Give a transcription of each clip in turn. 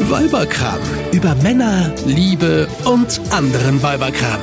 Weiberkram. Über Männer, Liebe und anderen Weiberkram.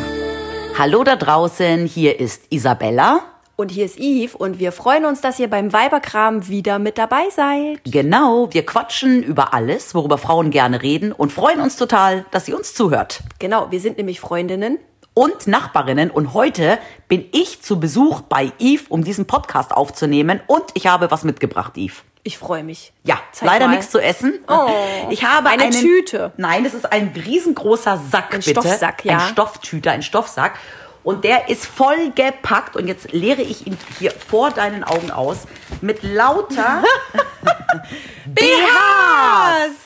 Hallo da draußen, hier ist Isabella. Und hier ist Yves und wir freuen uns, dass ihr beim Weiberkram wieder mit dabei seid. Genau, wir quatschen über alles, worüber Frauen gerne reden und freuen uns total, dass ihr uns zuhört. Genau, wir sind nämlich Freundinnen. Und Nachbarinnen und heute bin ich zu Besuch bei Yves, um diesen Podcast aufzunehmen und ich habe was mitgebracht, Yves. Ich freue mich. Ja, Zeig leider mal. nichts zu essen. Oh, ich habe eine einen, Tüte. Nein, das ist ein riesengroßer Sack, Ein bitte. Stoffsack, ja. Ein Stofftüte, ein Stoffsack. Und der ist vollgepackt und jetzt leere ich ihn hier vor deinen Augen aus mit lauter Ah, BHs.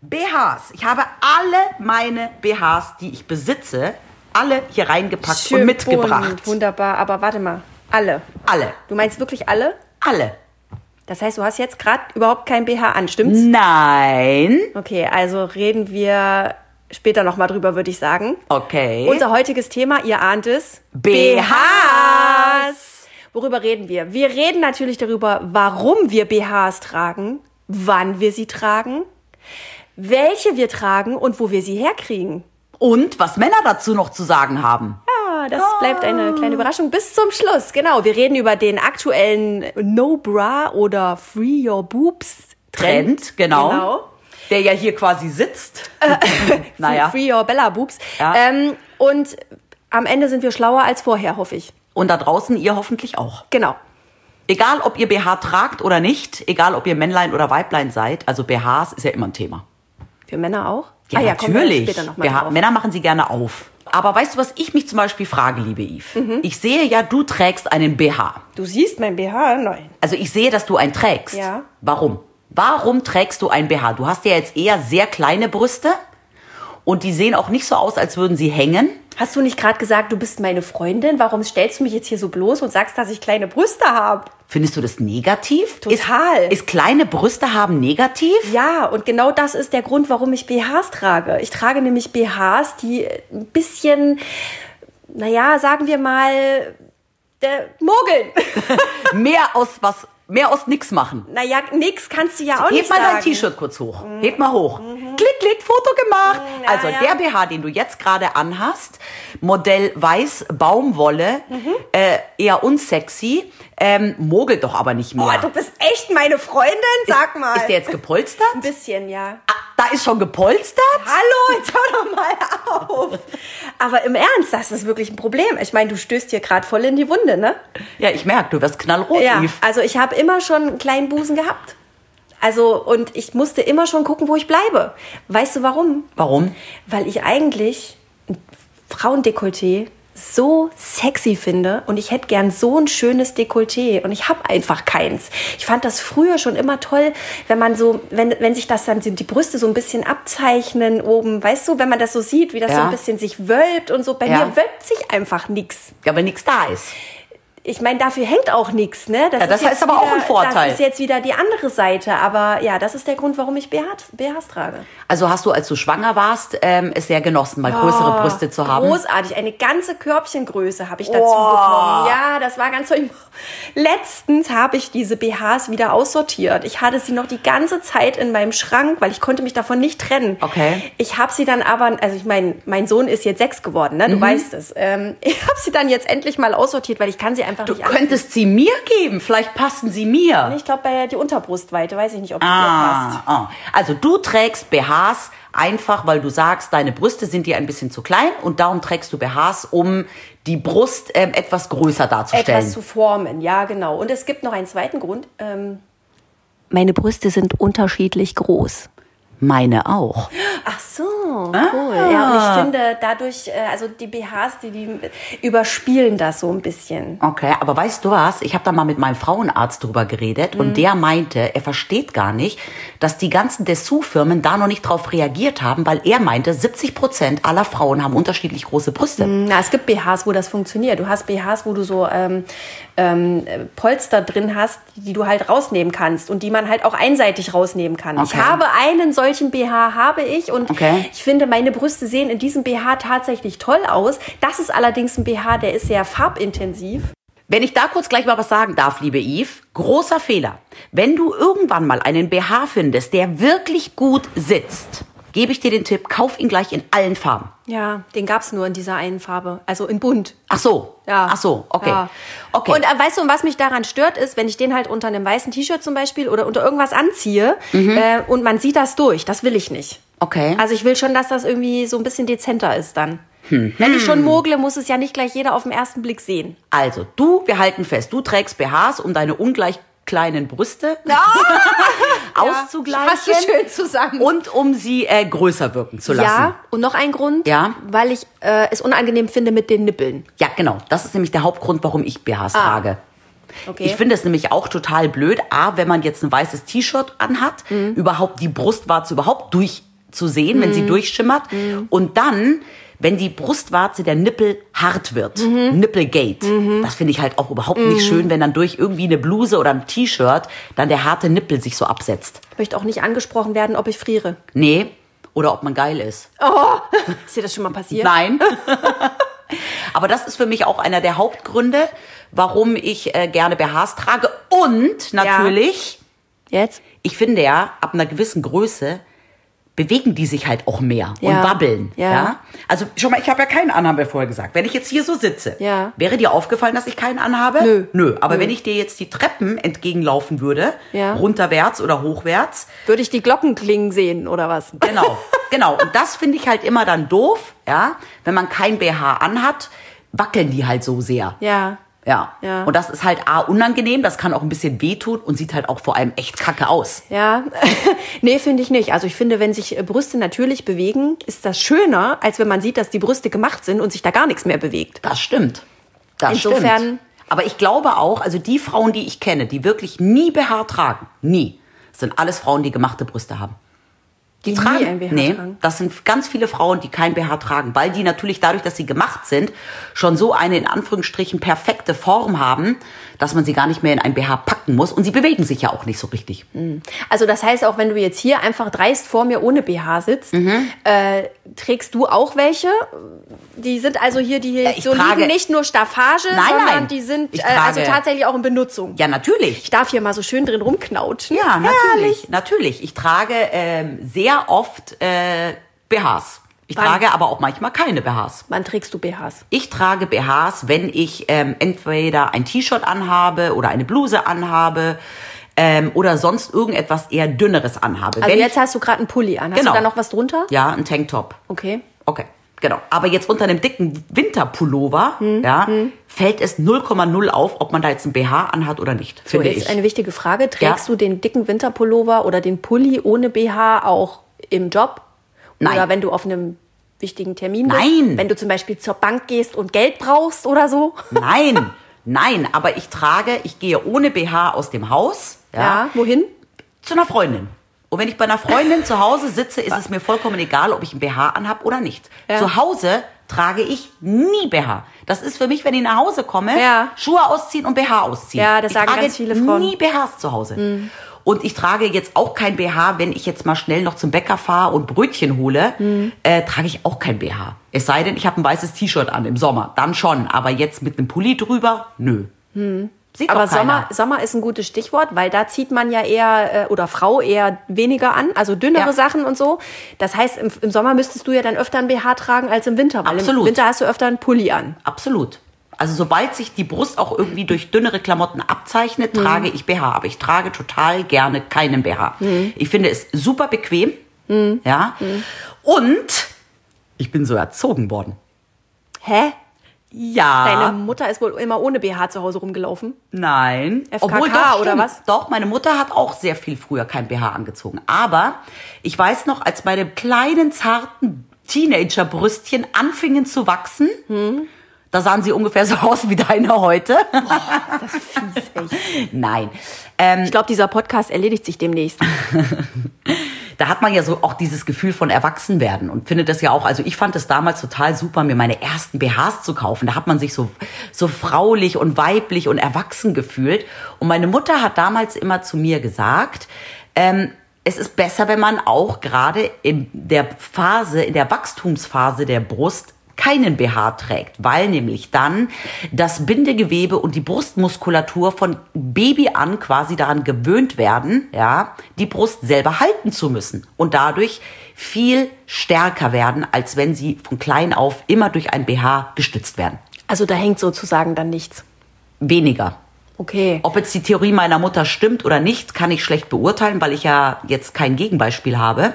BHs. Ich habe alle meine BHs, die ich besitze, alle hier reingepackt und mitgebracht. bunt, Wunderbar, aber warte mal. Alle. Alle. Du meinst wirklich alle? Alle. Das heißt, du hast jetzt gerade überhaupt kein BH an, stimmt's? Nein. Okay, also reden wir später nochmal drüber, würde ich sagen. Okay. Unser heutiges Thema, ihr ahnt es, BHs. Worüber reden wir? Wir reden natürlich darüber, warum wir BHs tragen, wann wir sie tragen, welche wir tragen und wo wir sie herkriegen. Und was Männer dazu noch zu sagen haben. Ja, Ah, das Ah. bleibt eine kleine Überraschung bis zum Schluss. Genau, wir reden über den aktuellen No Bra oder Free Your Boobs Trend. Trend, genau. Der ja hier quasi sitzt. naja. Äh, Genau. Free Your Bella Boobs. Ja. Ähm, und am Ende sind wir schlauer als vorher, hoffe ich. Und da draußen ihr hoffentlich auch. Genau. Egal, ob ihr BH tragt oder nicht, egal, ob ihr Männlein oder Weiblein seid, also BHs ist ja immer ein Thema. Für Männer auch? Ja, kommen wir natürlich. Später noch mal BH, drauf. Männer machen sie gerne auf. Aber weißt du, was ich mich zum Beispiel frage, liebe Yves? Mhm. Ich sehe ja, du trägst einen BH. Du siehst mein BH? Nein. Also ich sehe, dass du einen trägst. Ja. Warum? Warum trägst du einen BH? Du hast ja jetzt eher sehr kleine Brüste und die sehen auch nicht so aus, als würden sie hängen. Hast du nicht gerade gesagt, du bist meine Freundin? Warum stellst du mich jetzt hier so bloß und sagst, dass ich kleine Brüste habe? Findest du das negativ? Total. Ist, ist kleine Brüste haben negativ? Ja, und genau das ist der Grund, warum ich BHs trage. Ich trage nämlich BHs, die ein bisschen, naja, sagen wir mal, äh, mogeln. Mehr aus was, mehr aus nix machen. naja, nix kannst du ja auch Heb nicht mal sagen. Mhm. dein T-Shirt kurz hoch. Heb mal hoch. Klick, klick, Foto gemacht. Ja, also ja. der BH, den du jetzt gerade anhast, Modell Weiß Baumwolle, Mhm. äh, eher unsexy, ähm, mogelt doch aber nicht Oh, mehr. du bist echt meine Freundin? Sag mal. Ist der jetzt gepolstert? ein bisschen, ja. Ah, Da ist schon gepolstert? Hallo, jetzt hör doch mal auf. Aber im Ernst, das ist wirklich ein Problem. Ich meine, du stößt hier gerade voll in die Wunde, ne? Ja, ich merke, du wirst knallrot, Ja, Yves. also ich habe immer schon einen kleinen Busen gehabt. Also, und ich musste immer schon gucken, wo ich bleibe. Weißt du warum? Warum? Weil ich eigentlich ein Frauendekolleté so sexy finde und ich hätte gern so ein schönes Dekolleté und ich habe einfach keins. Ich fand das früher schon immer toll, wenn man so, wenn, wenn sich das dann die Brüste so ein bisschen abzeichnen oben, weißt du, wenn man das so sieht, wie das so Ja. ein bisschen sich wölbt und so. Bei Ja. mir wölbt sich einfach nichts. Ja, weil nichts da ist. Ich meine, dafür hängt auch nichts, ne? Ja, das jetzt heißt aber auch ein Vorteil. Das ist jetzt wieder die andere Seite, aber ja, das ist der Grund, warum ich BH, BHs trage. Also hast du, als du schwanger warst, ähm, es sehr genossen, mal größere Brüste zu haben. Oh, Großartig. Eine ganze Körbchengröße habe ich dazu bekommen. Ja, das war ganz toll. Letztens habe ich diese BHs wieder aussortiert. Ich hatte sie noch die ganze Zeit in meinem Schrank, weil ich konnte mich davon nicht trennen. Okay. Ich habe sie dann aber, also ich meine, mein Sohn ist jetzt sechs geworden, ne? du Mhm. weißt es. Ähm, ich habe sie dann jetzt endlich mal aussortiert, weil ich kann sie einfach Du nicht anziehen. könntest sie mir geben, vielleicht passen sie mir. Ich glaube, bei der Unterbrustweite weiß ich nicht, ob die mir passt. Ah, ah. Also du trägst BHs einfach, weil du sagst, deine Brüste sind dir ein bisschen zu klein und darum trägst du BHs, um die Brust ähm, etwas größer darzustellen. Etwas zu formen, ja, genau. Und es gibt noch einen zweiten Grund. Ähm, meine Brüste sind unterschiedlich groß. Meine auch. Ach so, cool. Ah. Ja, und ich finde dadurch, äh, also die BHs, die, die überspielen das so ein bisschen. Okay, aber weißt du was? Ich habe da mal mit meinem Frauenarzt drüber geredet Mhm. und der meinte, er versteht gar nicht, dass die ganzen Dessous-Firmen da noch nicht drauf reagiert haben, weil er meinte, 70 Prozent aller Frauen haben unterschiedlich große Brüste. Na, es gibt BHs, wo das funktioniert. Du hast BHs, wo du so ähm, ähm, Polster drin hast, die du halt rausnehmen kannst und die man halt auch einseitig rausnehmen kann. Ich Okay. habe einen solchen BH, habe ich und Okay. ich finde, meine Brüste sehen in diesem BH tatsächlich toll aus. Das ist allerdings ein BH, der ist sehr farbintensiv. Wenn ich da kurz gleich mal was sagen darf, liebe Eve, großer Fehler. Wenn du irgendwann mal einen BH findest, der wirklich gut sitzt, gebe ich dir den Tipp, kauf ihn gleich in allen Farben. Ja, den gab es nur in dieser einen Farbe, also in bunt. Ach so. Ja. Ach so, okay. Ja. Okay. Und äh, weißt du, was mich daran stört, ist, wenn ich den halt unter einem weißen T-Shirt zum Beispiel oder unter irgendwas anziehe Mhm. äh, und man sieht das durch. Das will ich nicht. okay. Also ich will schon, dass das irgendwie so ein bisschen dezenter ist dann. Hm. Wenn ich schon mogle, muss es ja nicht gleich jeder auf den ersten Blick sehen. Also, du, wir halten fest, du trägst BHs, um deine ungleich kleinen Brüste auszugleichen. Hast du schön zusammen. Und um sie äh, größer wirken zu lassen. Ja, und noch ein Grund, Ja. weil ich äh, es unangenehm finde mit den Nippeln. Ja, genau. Das ist nämlich der Hauptgrund, warum ich BHs trage. Okay. Ich finde es nämlich auch total blöd, A, wenn man jetzt ein weißes T-Shirt anhat, überhaupt die Brustwarze überhaupt durchzusehen, wenn sie durchschimmert. Und dann, wenn die Brustwarze der Nippel hart wird, Nippelgate, das finde ich halt auch überhaupt nicht schön, wenn dann durch irgendwie eine Bluse oder ein T-Shirt dann der harte Nippel sich so absetzt. Ich möchte auch nicht angesprochen werden, ob ich friere. Nee. Oder ob man geil ist. Ist dir das schon mal passiert? Nein. Aber das ist für mich auch einer der Hauptgründe, warum ich äh, gerne BHs trage. Und natürlich, Jetzt? ich finde ja, ab einer gewissen Größe bewegen die sich halt auch mehr und Ja. wabbeln. Ja. Ja. Also schon mal, ich habe ja keinen an, haben wir vorher gesagt. Wenn ich jetzt hier so sitze, Ja. wäre dir aufgefallen, dass ich keinen anhabe? Nö. Nö. Aber wenn ich dir jetzt die Treppen entgegenlaufen würde, Ja. runterwärts oder hochwärts, Würde ich die Glocken klingen sehen oder was? Genau, genau. Und das finde ich halt immer dann doof, ja, wenn man kein BH anhat, wackeln die halt so sehr. Ja. Ja. Ja. Und das ist halt A, unangenehm, das kann auch ein bisschen wehtun und sieht halt auch vor allem echt kacke aus. Ja, nee, finde ich nicht. Also ich finde, wenn sich äh, Brüste natürlich bewegen, ist das schöner, als wenn man sieht, dass die Brüste gemacht sind und sich da gar nichts mehr bewegt. Das stimmt. Das Insofern- stimmt. Aber ich glaube auch, also die Frauen, die ich kenne, die wirklich nie BH tragen, nie, sind alles Frauen, die gemachte Brüste haben. Die, tragen. nie ein BH nee, tragen. das sind ganz viele Frauen, die kein BH tragen, weil die natürlich dadurch, dass sie gemacht sind, schon so eine in Anführungsstrichen perfekte Form haben, dass man sie gar nicht mehr in ein BH packen muss und sie bewegen sich ja auch nicht so richtig. Also das heißt, auch wenn du jetzt hier einfach dreist vor mir ohne BH sitzt, Mhm. äh, trägst du auch welche? Die sind also hier, die hier Äh, ich so trage- liegen nicht nur Staffage, Nein, sondern nein. die sind Ich äh, also trage- tatsächlich auch in Benutzung. Ja, natürlich. Ich darf hier mal so schön drin rumknautschen. Ja, natürlich, Herrlich. natürlich. Ich trage ähm, sehr oft äh, BHs. Ich Wann? trage aber auch manchmal keine BHs. Wann trägst du BHs? Ich trage BHs, wenn ich ähm, entweder ein T-Shirt anhabe oder eine Bluse anhabe ähm, oder sonst irgendetwas eher dünneres anhabe. Also wenn jetzt hast du gerade einen Pulli an. Hast Genau. du da noch was drunter? ich, ja, ein Tanktop. Okay. Okay, genau. Aber jetzt unter einem dicken Winterpullover, Hm, ja, fällt es 0,0 auf, ob man da jetzt ein BH anhat oder nicht, So, finde jetzt ich. eine wichtige Frage. Trägst Ja. du den dicken Winterpullover oder den Pulli ohne BH auch im Job? Nein. Oder wenn du auf einem wichtigen Termin Nein. bist? Wenn du zum Beispiel zur Bank gehst und Geld brauchst oder so? Nein, nein, aber ich trage, ich gehe ohne BH aus dem Haus, ja, wohin? zu einer Freundin. Und wenn ich bei einer Freundin zu Hause sitze, ist es mir vollkommen egal, ob ich ein BH anhab oder nicht. Ja. Zu Hause trage ich nie BH. Das ist für mich, wenn ich nach Hause komme, Ja. Schuhe ausziehen und BH ausziehen. Ja, das ich sagen trage ganz viele Frauen. Mhm. nie BHs zu Hause. Und ich trage jetzt auch kein BH, wenn ich jetzt mal schnell noch zum Bäcker fahre und Brötchen hole, Mhm. äh, trage ich auch kein BH. Es sei denn, ich habe ein weißes T-Shirt an im Sommer, dann schon. Aber jetzt mit einem Pulli drüber, nö. Sieht Mhm. Aber doch keiner. Sommer, Sommer ist ein gutes Stichwort, weil da zieht man ja eher äh, oder Frau eher weniger an, also dünnere Ja. Sachen und so. Das heißt, im, im Sommer müsstest du ja dann öfter ein BH tragen als im Winter, weil Absolut. im Winter hast du öfter einen Pulli an. Absolut. Also sobald sich die Brust auch irgendwie durch dünnere Klamotten abzeichnet, trage ich BH. Aber ich trage total gerne keinen BH. Ich finde es super bequem. Ja. Und ich bin so erzogen worden. Hä? Ja. Deine Mutter ist wohl immer ohne BH zu Hause rumgelaufen. Nein. FKK doch, oder stimmt. was? Doch, meine Mutter hat auch sehr viel früher kein BH angezogen. Aber ich weiß noch, als meine kleinen, zarten Teenagerbrüstchen anfingen zu wachsen, da sahen sie ungefähr so aus wie deine heute. Nein. Ähm. Ich glaube, dieser Podcast erledigt sich demnächst. da hat man ja so auch dieses Gefühl von Erwachsenwerden und findet das ja auch, also ich fand es damals total super, mir meine ersten BHs zu kaufen. Da hat man sich so, so fraulich und weiblich und erwachsen gefühlt. Und meine Mutter hat damals immer zu mir gesagt, ähm, es ist besser, wenn man auch gerade in der Phase, in der Wachstumsphase der Brust keinen BH trägt, weil nämlich dann das Bindegewebe und die Brustmuskulatur von Baby an quasi daran gewöhnt werden, ja, die Brust selber halten zu müssen und dadurch viel stärker werden, als wenn sie von klein auf immer durch ein BH gestützt werden. Also da hängt sozusagen dann nichts. Weniger. Okay. Ob jetzt die Theorie meiner Mutter stimmt oder nicht, kann ich schlecht beurteilen, weil ich ja jetzt kein Gegenbeispiel habe.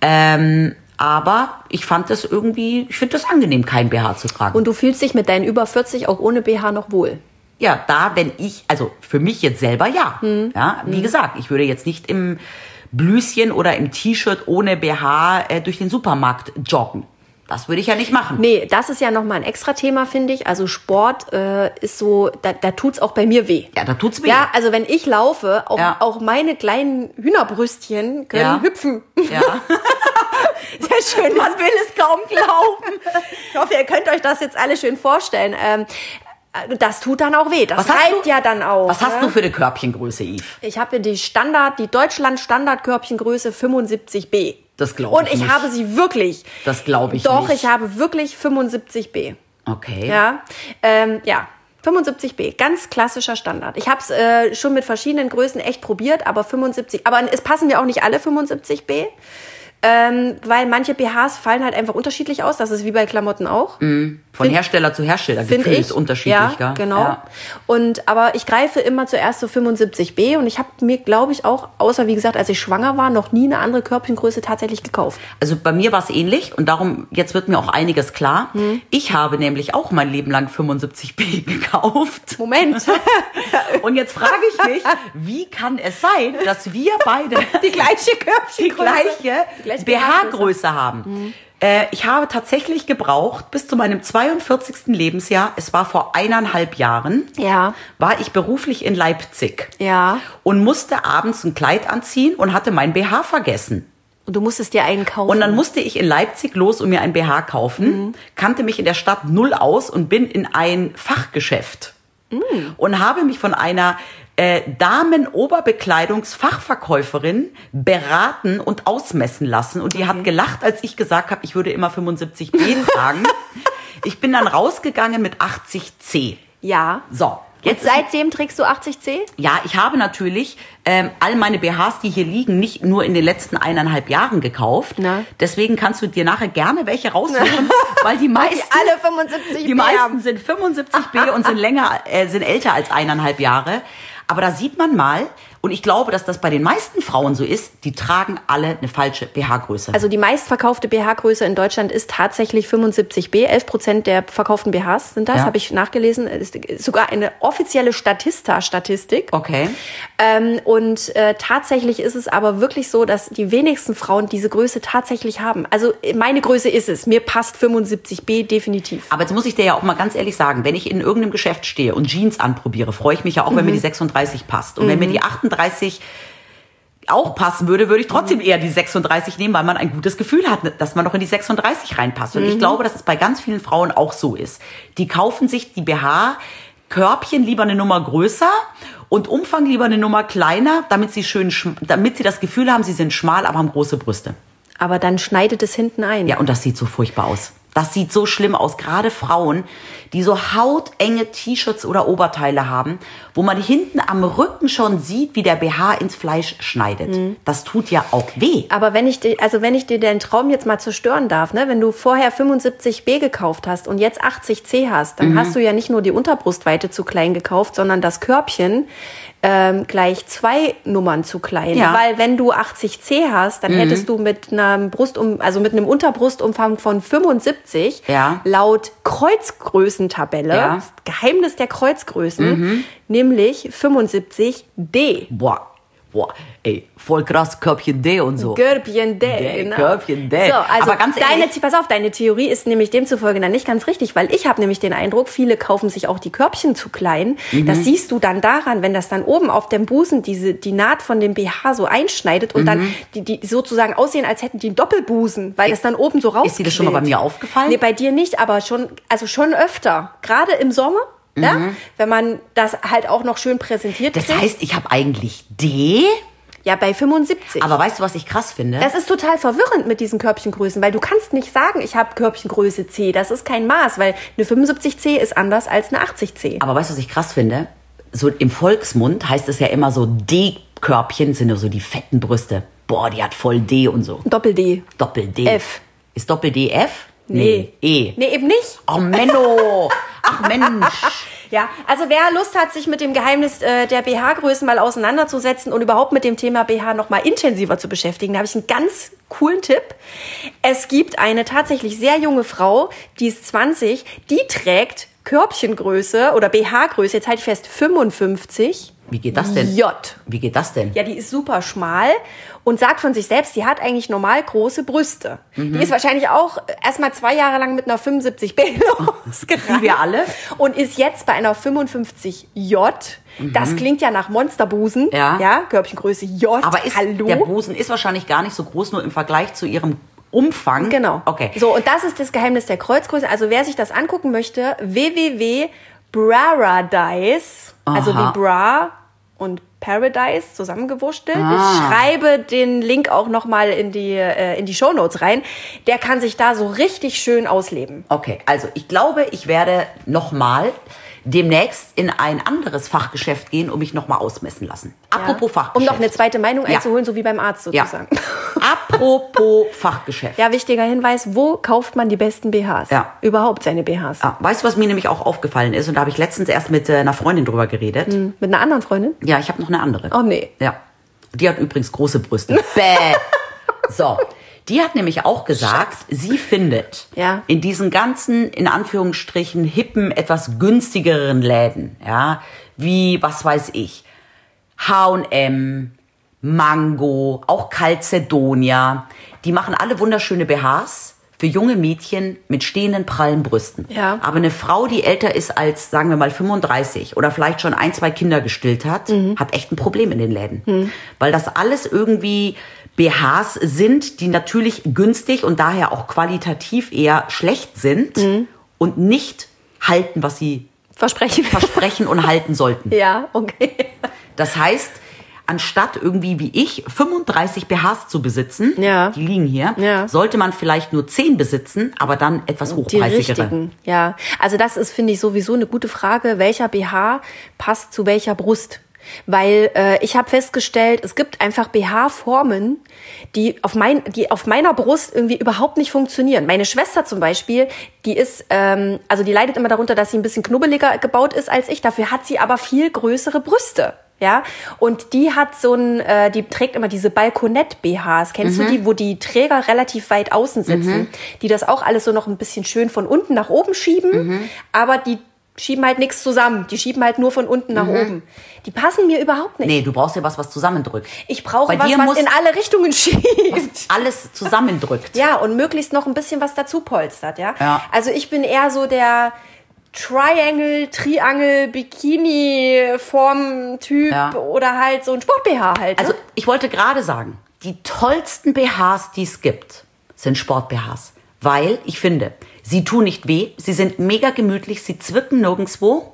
Ähm, aber ich fand das irgendwie, ich finde das angenehm, kein BH zu tragen. Und du fühlst dich mit deinen über 40 auch ohne BH noch wohl? ja, da, wenn ich, also für mich jetzt selber ja. Hm. Ja, wie gesagt, ich würde jetzt nicht im Blüschen oder im T-Shirt ohne BH äh, durch den Supermarkt joggen. Das würde ich ja nicht machen. Nee, das ist ja nochmal ein extra Thema, finde ich. Also Sport äh, ist so, da, da tut's auch bei mir weh. Ja, da tut's weh. Ja, also wenn ich laufe, auch, Ja. auch meine kleinen Hühnerbrüstchen können Ja. hüpfen. Ja. Sehr schön. Man will es kaum glauben. Ich hoffe, ihr könnt euch das jetzt alle schön vorstellen. Ähm, das tut dann auch weh. Das Was hast treibt du- ja dann auch. Was hast ne? du für eine Körbchengröße, Eve? Ich habe die Standard, die Deutschland Standardkörbchengröße 75b. Das glaub Und ich ich nicht. habe sie wirklich. Das glaub ich Doch, nicht. ich habe wirklich 75b. Okay. Ja, ähm, ja. 75b, ganz klassischer Standard. Ich habe es äh, schon mit verschiedenen Größen echt probiert, aber 75, aber es passen mir auch nicht alle 75b, ähm, weil manche BHs fallen halt einfach unterschiedlich aus. Das ist wie bei Klamotten auch, Von Hersteller zu Hersteller finde Also gefühlt ich. unterschiedlich, ja, gell? genau. Ja. Und aber ich greife immer zuerst zu 75b und ich habe mir, glaube ich, auch außer wie gesagt, als ich schwanger war, noch nie eine andere Körbchengröße tatsächlich gekauft. Also bei mir war es ähnlich und darum, jetzt wird mir auch einiges klar. Hm. Ich habe nämlich auch mein Leben lang 75B gekauft. Moment, Und jetzt frage ich mich, wie kann es sein, dass wir beide die gleiche die Körbchengröße, gleiche Die gleiche Mhm. BH-Größe haben? Äh, ich habe tatsächlich gebraucht, bis zu meinem 42. Lebensjahr, es war vor eineinhalb Jahren, Ja. war ich beruflich in Leipzig Ja. und musste abends ein Kleid anziehen und hatte mein BH vergessen. Und du musstest dir einen kaufen. Und dann musste ich in Leipzig los und mir ein BH kaufen, kannte mich in der Stadt null aus und bin in ein Fachgeschäft und habe mich von einer äh, Damenoberbekleidungsfachverkäuferin beraten und ausmessen lassen. Und die hat gelacht, als ich gesagt habe, ich würde immer 75B tragen. ich bin dann rausgegangen mit 80C. ja. So, Jetzt jetzt seitdem trägst du 80C? ja, ich habe natürlich ähm, all meine BHs, die hier liegen, nicht nur in den letzten eineinhalb Jahren gekauft. Na. Deswegen kannst du dir nachher gerne welche raussuchen, weil die Weil meisten, die alle 75 die B haben. meisten sind 75b und sind länger, äh, sind älter als eineinhalb Jahre. Aber da sieht man mal, und ich glaube, dass das bei den meisten Frauen so ist, die tragen alle eine falsche BH-Größe. Also die meistverkaufte BH-Größe in Deutschland ist tatsächlich 75B. 11 Prozent der verkauften BHs sind das, Ja. habe ich nachgelesen. Ist sogar eine offizielle Statista-Statistik. okay. Ähm, und äh, tatsächlich ist es aber wirklich so, dass die wenigsten Frauen diese Größe tatsächlich haben. Also äh, meine Größe ist es. Mir passt 75B definitiv. Aber jetzt muss ich dir ja auch mal ganz ehrlich sagen, wenn ich in irgendeinem Geschäft stehe und Jeans anprobiere, freue ich mich ja auch, wenn mir die 36 passt. Und wenn mir die 38 auch passen würde, würde ich trotzdem eher die 36 nehmen, weil man ein gutes Gefühl hat, ne, dass man noch in die 36 reinpasst. Und ich glaube, dass es bei ganz vielen Frauen auch so ist. Die kaufen sich die BH-Körbchen lieber eine Nummer größer und Umfang lieber eine Nummer kleiner, damit sie schön, schm- damit sie das Gefühl haben, sie sind schmal, aber haben große Brüste. Aber dann schneidet es hinten ein. Ja, und das sieht so furchtbar aus. Das sieht so schlimm aus. Gerade Frauen, die so hautenge T-Shirts oder Oberteile haben, wo man hinten am Rücken schon sieht, wie der BH ins Fleisch schneidet. Mhm. Das tut ja auch weh. Aber wenn ich dir, also wenn ich dir deinen Traum jetzt mal zerstören darf, ne, wenn du vorher 75b gekauft hast und jetzt 80c hast, Mhm. dann hast du ja nicht nur die Unterbrustweite zu klein gekauft, sondern das Körbchen ähm, gleich zwei Nummern zu klein. Ja. Mhm. Weil wenn du 80c hast, dann hättest du mit einem Brustum, also mit einem Unterbrustumfang von 75 Ja. laut Kreuzgrößentabelle, Ja. Mhm. Geheimnis der Kreuzgrößen, nämlich 75d. Boah, boah, ey, voll krass, Körbchen D und so. Körbchen Day, Day, genau. Körbchen Day. So, also Aber ganz deine, ehrlich- pass auf, deine Theorie ist nämlich demzufolge dann nicht ganz richtig, weil ich habe nämlich den Eindruck, viele kaufen sich auch die Körbchen zu klein. Mhm. Das siehst du dann daran, wenn das dann oben auf dem Busen diese, die Naht von dem BH so einschneidet und Mhm. dann die, die sozusagen aussehen, als hätten die einen Doppelbusen, weil das dann oben so rausquillt. Ist dir das schon mal bei mir aufgefallen? Nee, bei dir nicht, aber schon, also schon öfter. Gerade im Sommer, ja, wenn man das halt auch noch schön präsentiert Mhm. Das kriegt. heißt, ich habe eigentlich D, Ja, bei 75. Aber weißt du, was ich krass finde? das ist total verwirrend mit diesen Körbchengrößen, weil du kannst nicht sagen, ich habe Körbchengröße C. Das ist kein Maß, weil eine 75C ist anders als eine 80C. Aber weißt du, was ich krass finde? So im Volksmund heißt es ja immer so D-Körbchen sind nur so die fetten Brüste. Boah, die hat voll D und so. Doppel-D. Doppel-D. F. Ist Doppel-D F? E. Nee, eben nicht. Oh, Menno. Ach, Mensch. Ja, also wer Lust hat, sich mit dem Geheimnis äh, der BH-Größen mal auseinanderzusetzen und überhaupt mit dem Thema BH noch mal intensiver zu beschäftigen, da habe ich einen ganz coolen Tipp. Es gibt eine tatsächlich sehr junge Frau, die ist 20, die trägt Körbchengröße oder BH-Größe, jetzt halte ich fest, 55 Wie geht das denn? J. Wie geht das denn? Ja, die ist super schmal und sagt von sich selbst, die hat eigentlich normal große Brüste. Die ist wahrscheinlich auch erstmal zwei Jahre lang mit einer 75B losgerannt. Wie wir alle. Und ist jetzt bei einer 55J. Das klingt ja nach Monsterbusen. Mhm. Ja. Ja, Körbchengröße J. Aber ist, Hallo. der Busen ist wahrscheinlich gar nicht so groß, nur im Vergleich zu ihrem Umfang. Genau. Okay. So, und das ist das Geheimnis der Kreuzgröße. Also wer sich das angucken möchte, www.braradise, also Aha. wie Bra und Paradise zusammengewurschtelt. Ah. Ich schreibe den Link auch nochmal in die, äh, in die Shownotes rein. Der kann sich da so richtig schön ausleben. Okay, also ich glaube, ich werde nochmal demnächst in ein anderes Fachgeschäft gehen und mich nochmal ausmessen lassen. Apropos ja? Um Fachgeschäft. noch eine zweite Meinung Ja. einzuholen, so wie beim Arzt ja. sozusagen. Apropos Fachgeschäft. Ja, wichtiger Hinweis, wo kauft man die besten BHs? Ja. Überhaupt seine BHs. Ah, Weißt du, was mir nämlich auch aufgefallen ist? Und da habe ich letztens erst mit äh, einer Freundin drüber geredet. Hm, Mit einer anderen Freundin? Ja, ich habe noch eine andere. Oh, nee. Ja. Die hat übrigens große Brüste. Bäh. So. Die hat nämlich auch gesagt, sie findet Ja. in diesen ganzen, in Anführungsstrichen, hippen, etwas günstigeren Läden, ja, wie, was weiß ich, H&M, Mango, auch Calcedonia, die machen alle wunderschöne BHs für junge Mädchen mit stehenden prallen Brüsten. Ja. Aber eine Frau, die älter ist als, sagen wir mal, 35 oder vielleicht schon ein, zwei Kinder gestillt hat, Mhm. hat echt ein Problem in den Läden. Weil das alles irgendwie BHs sind, die natürlich günstig und daher auch qualitativ eher schlecht sind und nicht halten, was sie Mhm. Versprechen. versprechen und halten sollten. ja, okay. Das heißt, anstatt irgendwie wie ich 35 BHs zu besitzen, Ja. die liegen hier, Ja. sollte man vielleicht nur 10 besitzen, aber dann etwas Die hochpreisigere. richtigen, ja. Also das ist, finde ich, sowieso eine gute Frage, welcher BH passt zu welcher Brust. Weil äh, ich habe festgestellt, es gibt einfach BH-Formen, die auf, mein, die auf meiner Brust irgendwie überhaupt nicht funktionieren. Meine Schwester zum Beispiel, die ist, ähm, also die leidet immer darunter, dass sie ein bisschen knubbeliger gebaut ist als ich. Dafür hat sie aber viel größere Brüste. Ja, und die hat so ein, äh, die trägt immer diese Balkonett-BHs. Kennst Mhm. du die, wo die Träger relativ weit außen sitzen, die das auch alles so noch ein bisschen schön von unten nach oben schieben, Mhm. aber die schieben halt nichts zusammen. Die schieben halt nur von unten nach oben. Die passen mir überhaupt nicht. Mhm. Nee, du brauchst ja was, was zusammendrückt. Ich brauche Bei was, dir was muss- in alle Richtungen schiebt. Alles zusammendrückt. Ja, und möglichst noch ein bisschen was dazu polstert, ja. Ja. Also ich bin eher so der Triangle, Triangle, Bikini-Form-Typ Ja. oder halt so ein Sport-BH halt. Also ne? ich wollte gerade sagen, die tollsten BHs, die es gibt, sind Sport-BHs. Weil ich finde, sie tun nicht weh, sie sind mega gemütlich, sie zwicken nirgendwo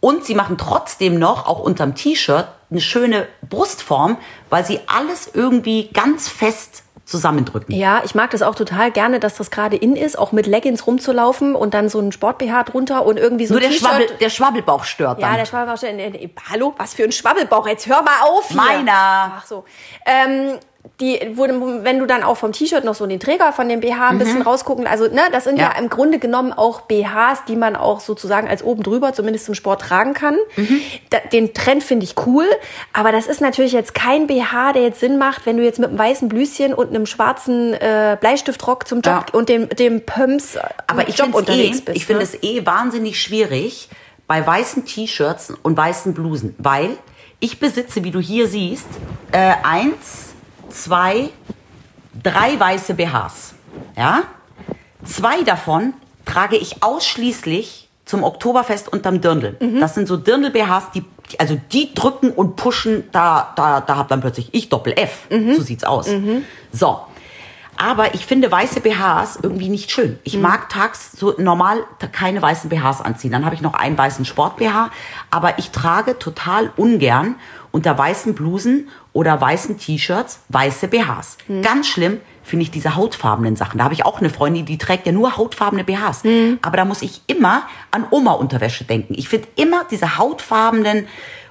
und sie machen trotzdem noch, auch unterm T-Shirt, eine schöne Brustform, weil sie alles irgendwie ganz fest zusammendrücken. Ja, ich mag das auch total gerne, dass das gerade in ist, auch mit Leggings rumzulaufen und dann so ein Sport-BH drunter und irgendwie so Nur ein der, Schwabbel, T-Shirt. der Schwabbelbauch stört Ja, dann. der Schwabbelbauch. steht in- in- Hallo, was für ein Schwabbelbauch? Jetzt hör mal auf hier. Meiner. Ach so. Ähm, die, wo, du- wenn du dann auch vom T-Shirt noch so den Träger von dem BH ein bisschen rausgucken, also ne, das sind ja. Mhm. Ja. im Grunde genommen auch BHs, die man auch sozusagen als oben drüber zumindest zum Sport tragen kann. Mhm. Da, den Trend finde ich cool, aber das ist natürlich jetzt kein BH, der jetzt Sinn macht, wenn du jetzt mit einem weißen Blüschen und einem schwarzen äh, Bleistiftrock zum Job Ja. und dem dem Pumps äh, Aber ich Job finde eh, unterwegs bist. ich finde ne? es eh wahnsinnig schwierig bei weißen T-Shirts und weißen Blusen, weil ich besitze, wie du hier siehst, äh, eins, zwei, drei weiße BHs. Ja, zwei davon trage ich ausschließlich zum Oktoberfest unterm Dirndl. Das sind so Dirndl-BHs, die, die- also die drücken und pushen, da, da, da hab dann plötzlich ich Doppel-F. So sieht's aus. So. Aber ich finde weiße BHs irgendwie nicht schön. Ich mag tags so normal ta- keine weißen BHs anziehen. Dann habe ich noch einen weißen Sport-BH. Aber ich trage total ungern unter weißen Blusen oder weißen T-Shirts, weiße BHs. Ganz schlimm finde ich diese hautfarbenen Sachen. Da habe ich auch eine Freundin, die trägt ja nur hautfarbene BHs. Mhm. Aber da muss ich immer an Oma-Unterwäsche denken. Ich finde immer diese hautfarbenen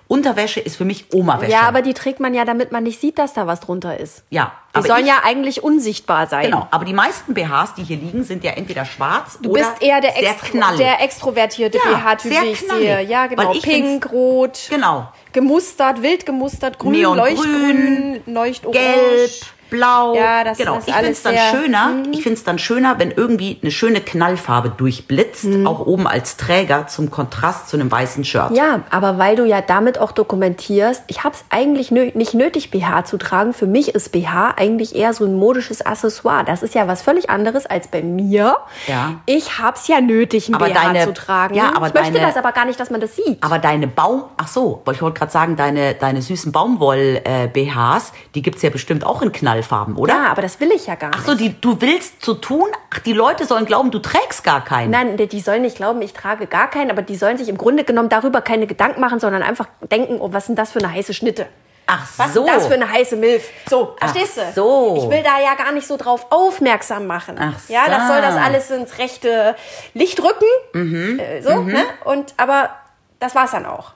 Unterwäsche ist für mich Oma-Wäsche. Ja, aber die trägt man ja, damit man nicht sieht, dass da was drunter ist. Ja, Die aber sollen ich- ja eigentlich unsichtbar sein. Genau, aber die meisten BHs, die hier liegen, sind ja entweder schwarz Du oder bist eher der, sehr Extro knallig. der extrovertierte Ja, BH-Typ, sehr wie ich knallig. sehe. Ja, genau. Weil ich Pink, rot, Genau. gemustert, wild gemustert, grün, Neongrün, leuchtgrün, leuchtorange. gelb, blau. Ja, das genau. ist ich finde es alles dann sehr- Mhm. schöner. Ich finde es dann schöner, wenn irgendwie eine schöne Knallfarbe durchblitzt, Mhm. auch oben als Träger zum Kontrast zu einem weißen Shirt. Ja, aber weil du ja damit auch dokumentierst, ich habe es eigentlich nö nicht nötig, BH zu tragen. Für mich ist BH eigentlich eher so ein modisches Accessoire. Das ist ja was völlig anderes als bei mir. Ja. Ich habe es ja nötig, einen Aber BH deine- zu tragen. ja, aber ich möchte deine- das aber gar nicht, dass man das sieht. Aber deine Baum, ach so, ich wollte gerade sagen, deine, deine süßen Baumwoll-BHs, die gibt's ja bestimmt auch in Knallfarben, oder? ja, aber das will ich ja gar nicht. Ach so, die, du willst so tun, ach, die Leute sollen glauben, du trägst gar keinen. Nein, die- die sollen nicht glauben, ich trage gar keinen, aber die sollen sich im Grunde genommen darüber keine Gedanken machen, sondern einfach denken, oh, was sind das für eine heiße Schnitte? Ach Was so. ist das für eine heiße Milf? So, Ach verstehst du? so. Ich will da ja gar nicht so drauf aufmerksam machen. Ach Ja, das so. Mhm. soll das alles ins rechte Licht rücken. Äh, so, ne? Und aber das war's dann auch.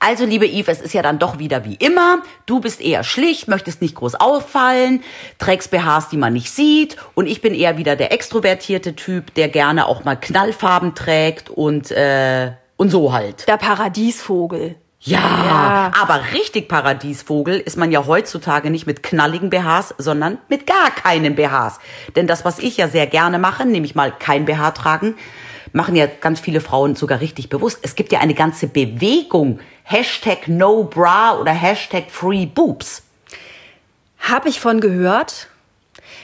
Also, liebe Eve, es ist ja dann doch wieder wie immer. Du bist eher schlicht, möchtest nicht groß auffallen, trägst BHs, die man nicht sieht. Und ich bin eher wieder der extrovertierte Typ, der gerne auch mal Knallfarben trägt und, äh, und so halt. Der Paradiesvogel. Ja, aber richtig Paradiesvogel ist man ja heutzutage nicht mit knalligen BHs, sondern mit gar keinen BHs. Denn das, was ich ja sehr gerne mache, nämlich mal kein BH tragen, machen ja ganz viele Frauen sogar richtig bewusst. Es gibt ja eine ganze Bewegung, Hashtag No Bra oder Hashtag Free Boobs. Habe ich von gehört.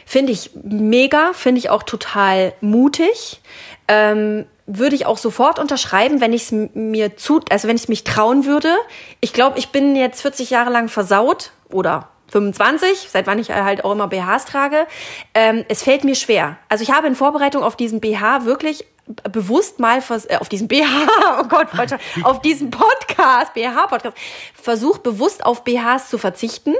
Finde ich mega, finde ich auch total mutig. Ähm, würde ich auch sofort unterschreiben, wenn ich es mir zu, also wenn ich es mich trauen würde. Ich glaube, ich bin jetzt 40 Jahre lang versaut oder 25, seit wann ich halt auch immer BHs trage. Ähm, es fällt mir schwer. Also ich habe in Vorbereitung auf diesen BH wirklich b- bewusst mal vers äh, auf diesen BH, oh Gott, Freundschaft, auf diesen Podcast, BH-Podcast, versucht bewusst auf BHs zu verzichten.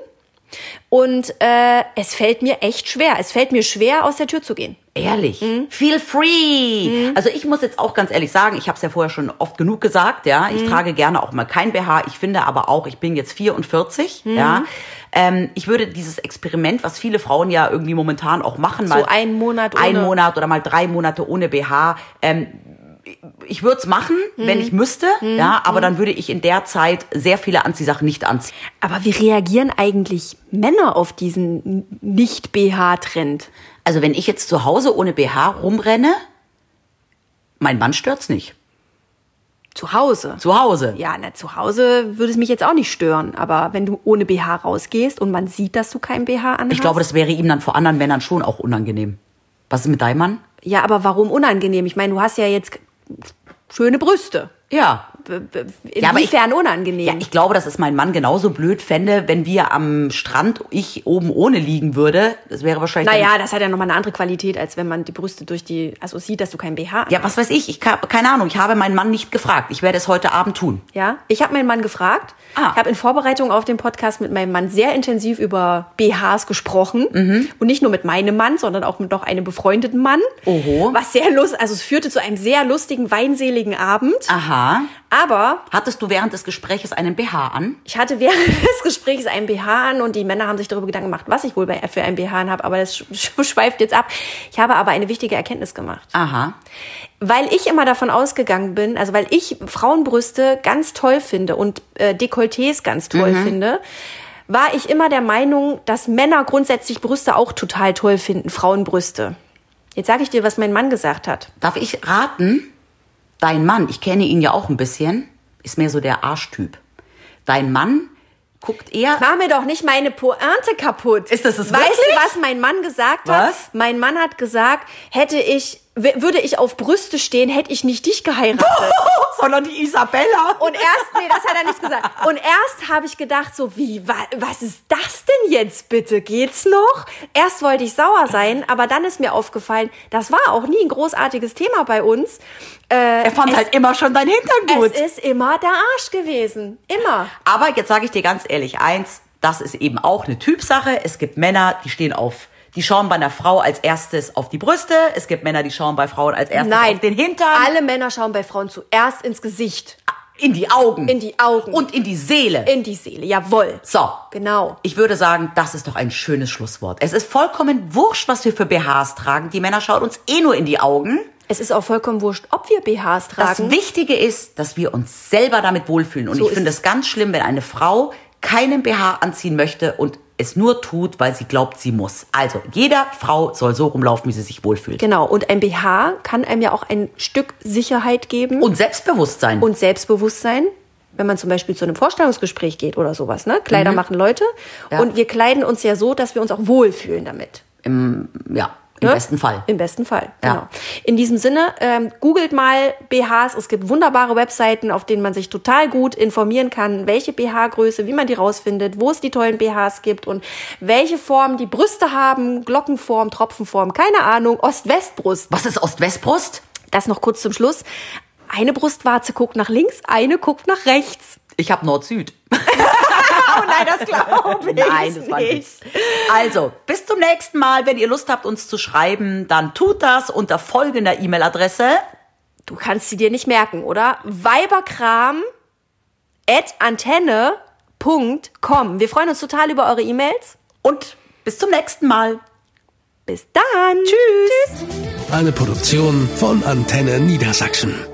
Und äh, es fällt mir echt schwer. Es fällt mir schwer, aus der Tür zu gehen. Ehrlich, Mhm. feel free. Also ich muss jetzt auch ganz ehrlich sagen, ich habe es ja vorher schon oft genug gesagt, ja, Mhm. ich trage gerne auch mal kein BH. Ich finde aber auch, ich bin jetzt 44, Mhm. ja. Ähm, ich würde dieses Experiment, was viele Frauen ja irgendwie momentan auch machen, So einen Monat einen ohne. Monat oder mal drei Monate ohne BH. Ähm, ich würde es machen, Mhm. wenn ich müsste, ja, aber dann würde ich in der Zeit sehr viele Anziehsachen nicht anziehen. Aber wie reagieren eigentlich Männer auf diesen Nicht-BH-Trend? Also wenn ich jetzt zu Hause ohne BH rumrenne, mein Mann stört's nicht. Zu Hause. Zu Hause. Ja, na, zu Hause würde es mich jetzt auch nicht stören. Aber wenn du ohne BH rausgehst und man sieht, dass du kein BH anhast. Ich glaube, das wäre ihm dann vor anderen Männern schon auch unangenehm. Was ist mit deinem Mann? Ja, aber warum unangenehm? Ich meine, du hast ja jetzt schöne Brüste. Ja. B- b- Ja, aber ich- Inwiefern unangenehm? Ja, ich glaube, dass es mein Mann genauso blöd fände, wenn wir am Strand, ich oben ohne liegen würde. Das wäre wahrscheinlich. dann- naja, das hat ja nochmal eine andere Qualität, als wenn man die Brüste durch die, also sieht, dass du kein BH anhast. Ja, was weiß ich? Ich habe keine Ahnung. Ich habe meinen Mann nicht gefragt. Ich werde es heute Abend tun. Ja, ich habe meinen Mann gefragt. Ah. Ich habe in Vorbereitung auf den Podcast mit meinem Mann sehr intensiv über BHs gesprochen. Mhm. Und nicht nur mit meinem Mann, sondern auch mit noch einem befreundeten Mann. Oho. Was sehr lustig, also es führte zu einem sehr lustigen, weinseligen Abend. Aha. Aber Hattest du während des Gespräches einen BH an? ich hatte während des Gesprächs einen BH an und die Männer haben sich darüber Gedanken gemacht, was ich wohl bei, für einen BH an habe. Aber das sch- sch- schweift jetzt ab. Ich habe aber eine wichtige Erkenntnis gemacht. Aha. Weil ich immer davon ausgegangen bin, also weil ich Frauenbrüste ganz toll finde und äh, Dekolletés ganz toll finde, war ich immer der Meinung, dass Männer grundsätzlich Brüste auch total toll finden, Frauenbrüste. Jetzt sage ich dir, was mein Mann gesagt hat. Darf ich raten? Dein Mann, ich kenne ihn ja auch ein bisschen, ist mehr so der Arschtyp. Dein Mann guckt eher. Mach mir doch nicht meine Pointe kaputt. Ist das das Weißt wirklich? du, was mein Mann gesagt hat? Was? Mein Mann hat gesagt, hätte ich, w- würde ich auf Brüste stehen, hätte ich nicht dich geheiratet. sondern die Isabella. Und erst, nee, das hat er nicht gesagt. Und erst habe ich gedacht, so wie, wa, was ist das denn jetzt bitte? Geht's noch? Erst wollte ich sauer sein, aber dann ist mir aufgefallen, das war auch nie ein großartiges Thema bei uns. Er fand Es- halt immer schon dein Hintergrund. Es ist immer der Arsch gewesen. Immer. Aber jetzt sage ich dir ganz ehrlich eins, das ist eben auch eine Typsache. Es gibt Männer, die stehen auf, die schauen bei einer Frau als erstes auf die Brüste. Es gibt Männer, die schauen bei Frauen als erstes Nein, auf den Hintern, Alle Männer schauen bei Frauen zuerst ins Gesicht, in die Augen, In die Augen. und in die Seele. in die Seele. Jawohl. so, Genau. ich würde sagen, das ist doch ein schönes Schlusswort. Es ist vollkommen wurscht, was wir für BHs tragen. Die Männer schauen uns eh nur in die Augen. Es ist auch vollkommen wurscht, ob wir BHs tragen. Das Wichtige ist, dass wir uns selber damit wohlfühlen. Und So ich ist finde es. es ganz schlimm, wenn eine Frau keinen BH anziehen möchte und es nur tut, weil sie glaubt, sie muss. Also, jeder Frau soll so rumlaufen, wie sie sich wohlfühlt. Genau. Und ein BH kann einem ja auch ein Stück Sicherheit geben Und Selbstbewusstsein. und Selbstbewusstsein. Wenn man zum Beispiel zu einem Vorstellungsgespräch geht oder sowas, ne? Kleider machen Leute. Mhm. Ja. Und wir kleiden uns ja so, dass wir uns auch wohlfühlen damit. ja, im ne? besten Fall. Im besten Fall, Ja. genau. In diesem Sinne, ähm, googelt mal BHs. Es gibt wunderbare Webseiten, auf denen man sich total gut informieren kann, welche BH-Größe, wie man die rausfindet, wo es die tollen BHs gibt und welche Formen die Brüste haben, Glockenform, Tropfenform, keine Ahnung, Ost-West-Brust. Was ist Ost-West-Brust? Das noch kurz zum Schluss. Eine Brustwarze guckt nach links, eine guckt nach rechts. Ich habe Nord-Süd. Oh nein, das glaube ich Nein, das war ein Witz. Also, bis zum nächsten Mal. Wenn ihr Lust habt, uns zu schreiben, dann tut das unter folgender E-Mail-Adresse. Du kannst sie dir nicht merken, oder? Weiberkram at antenne.com. Wir freuen uns total über eure E-Mails. Und bis zum nächsten Mal. Bis dann. Tschüss. Tschüss. Eine Produktion von Antenne Niedersachsen.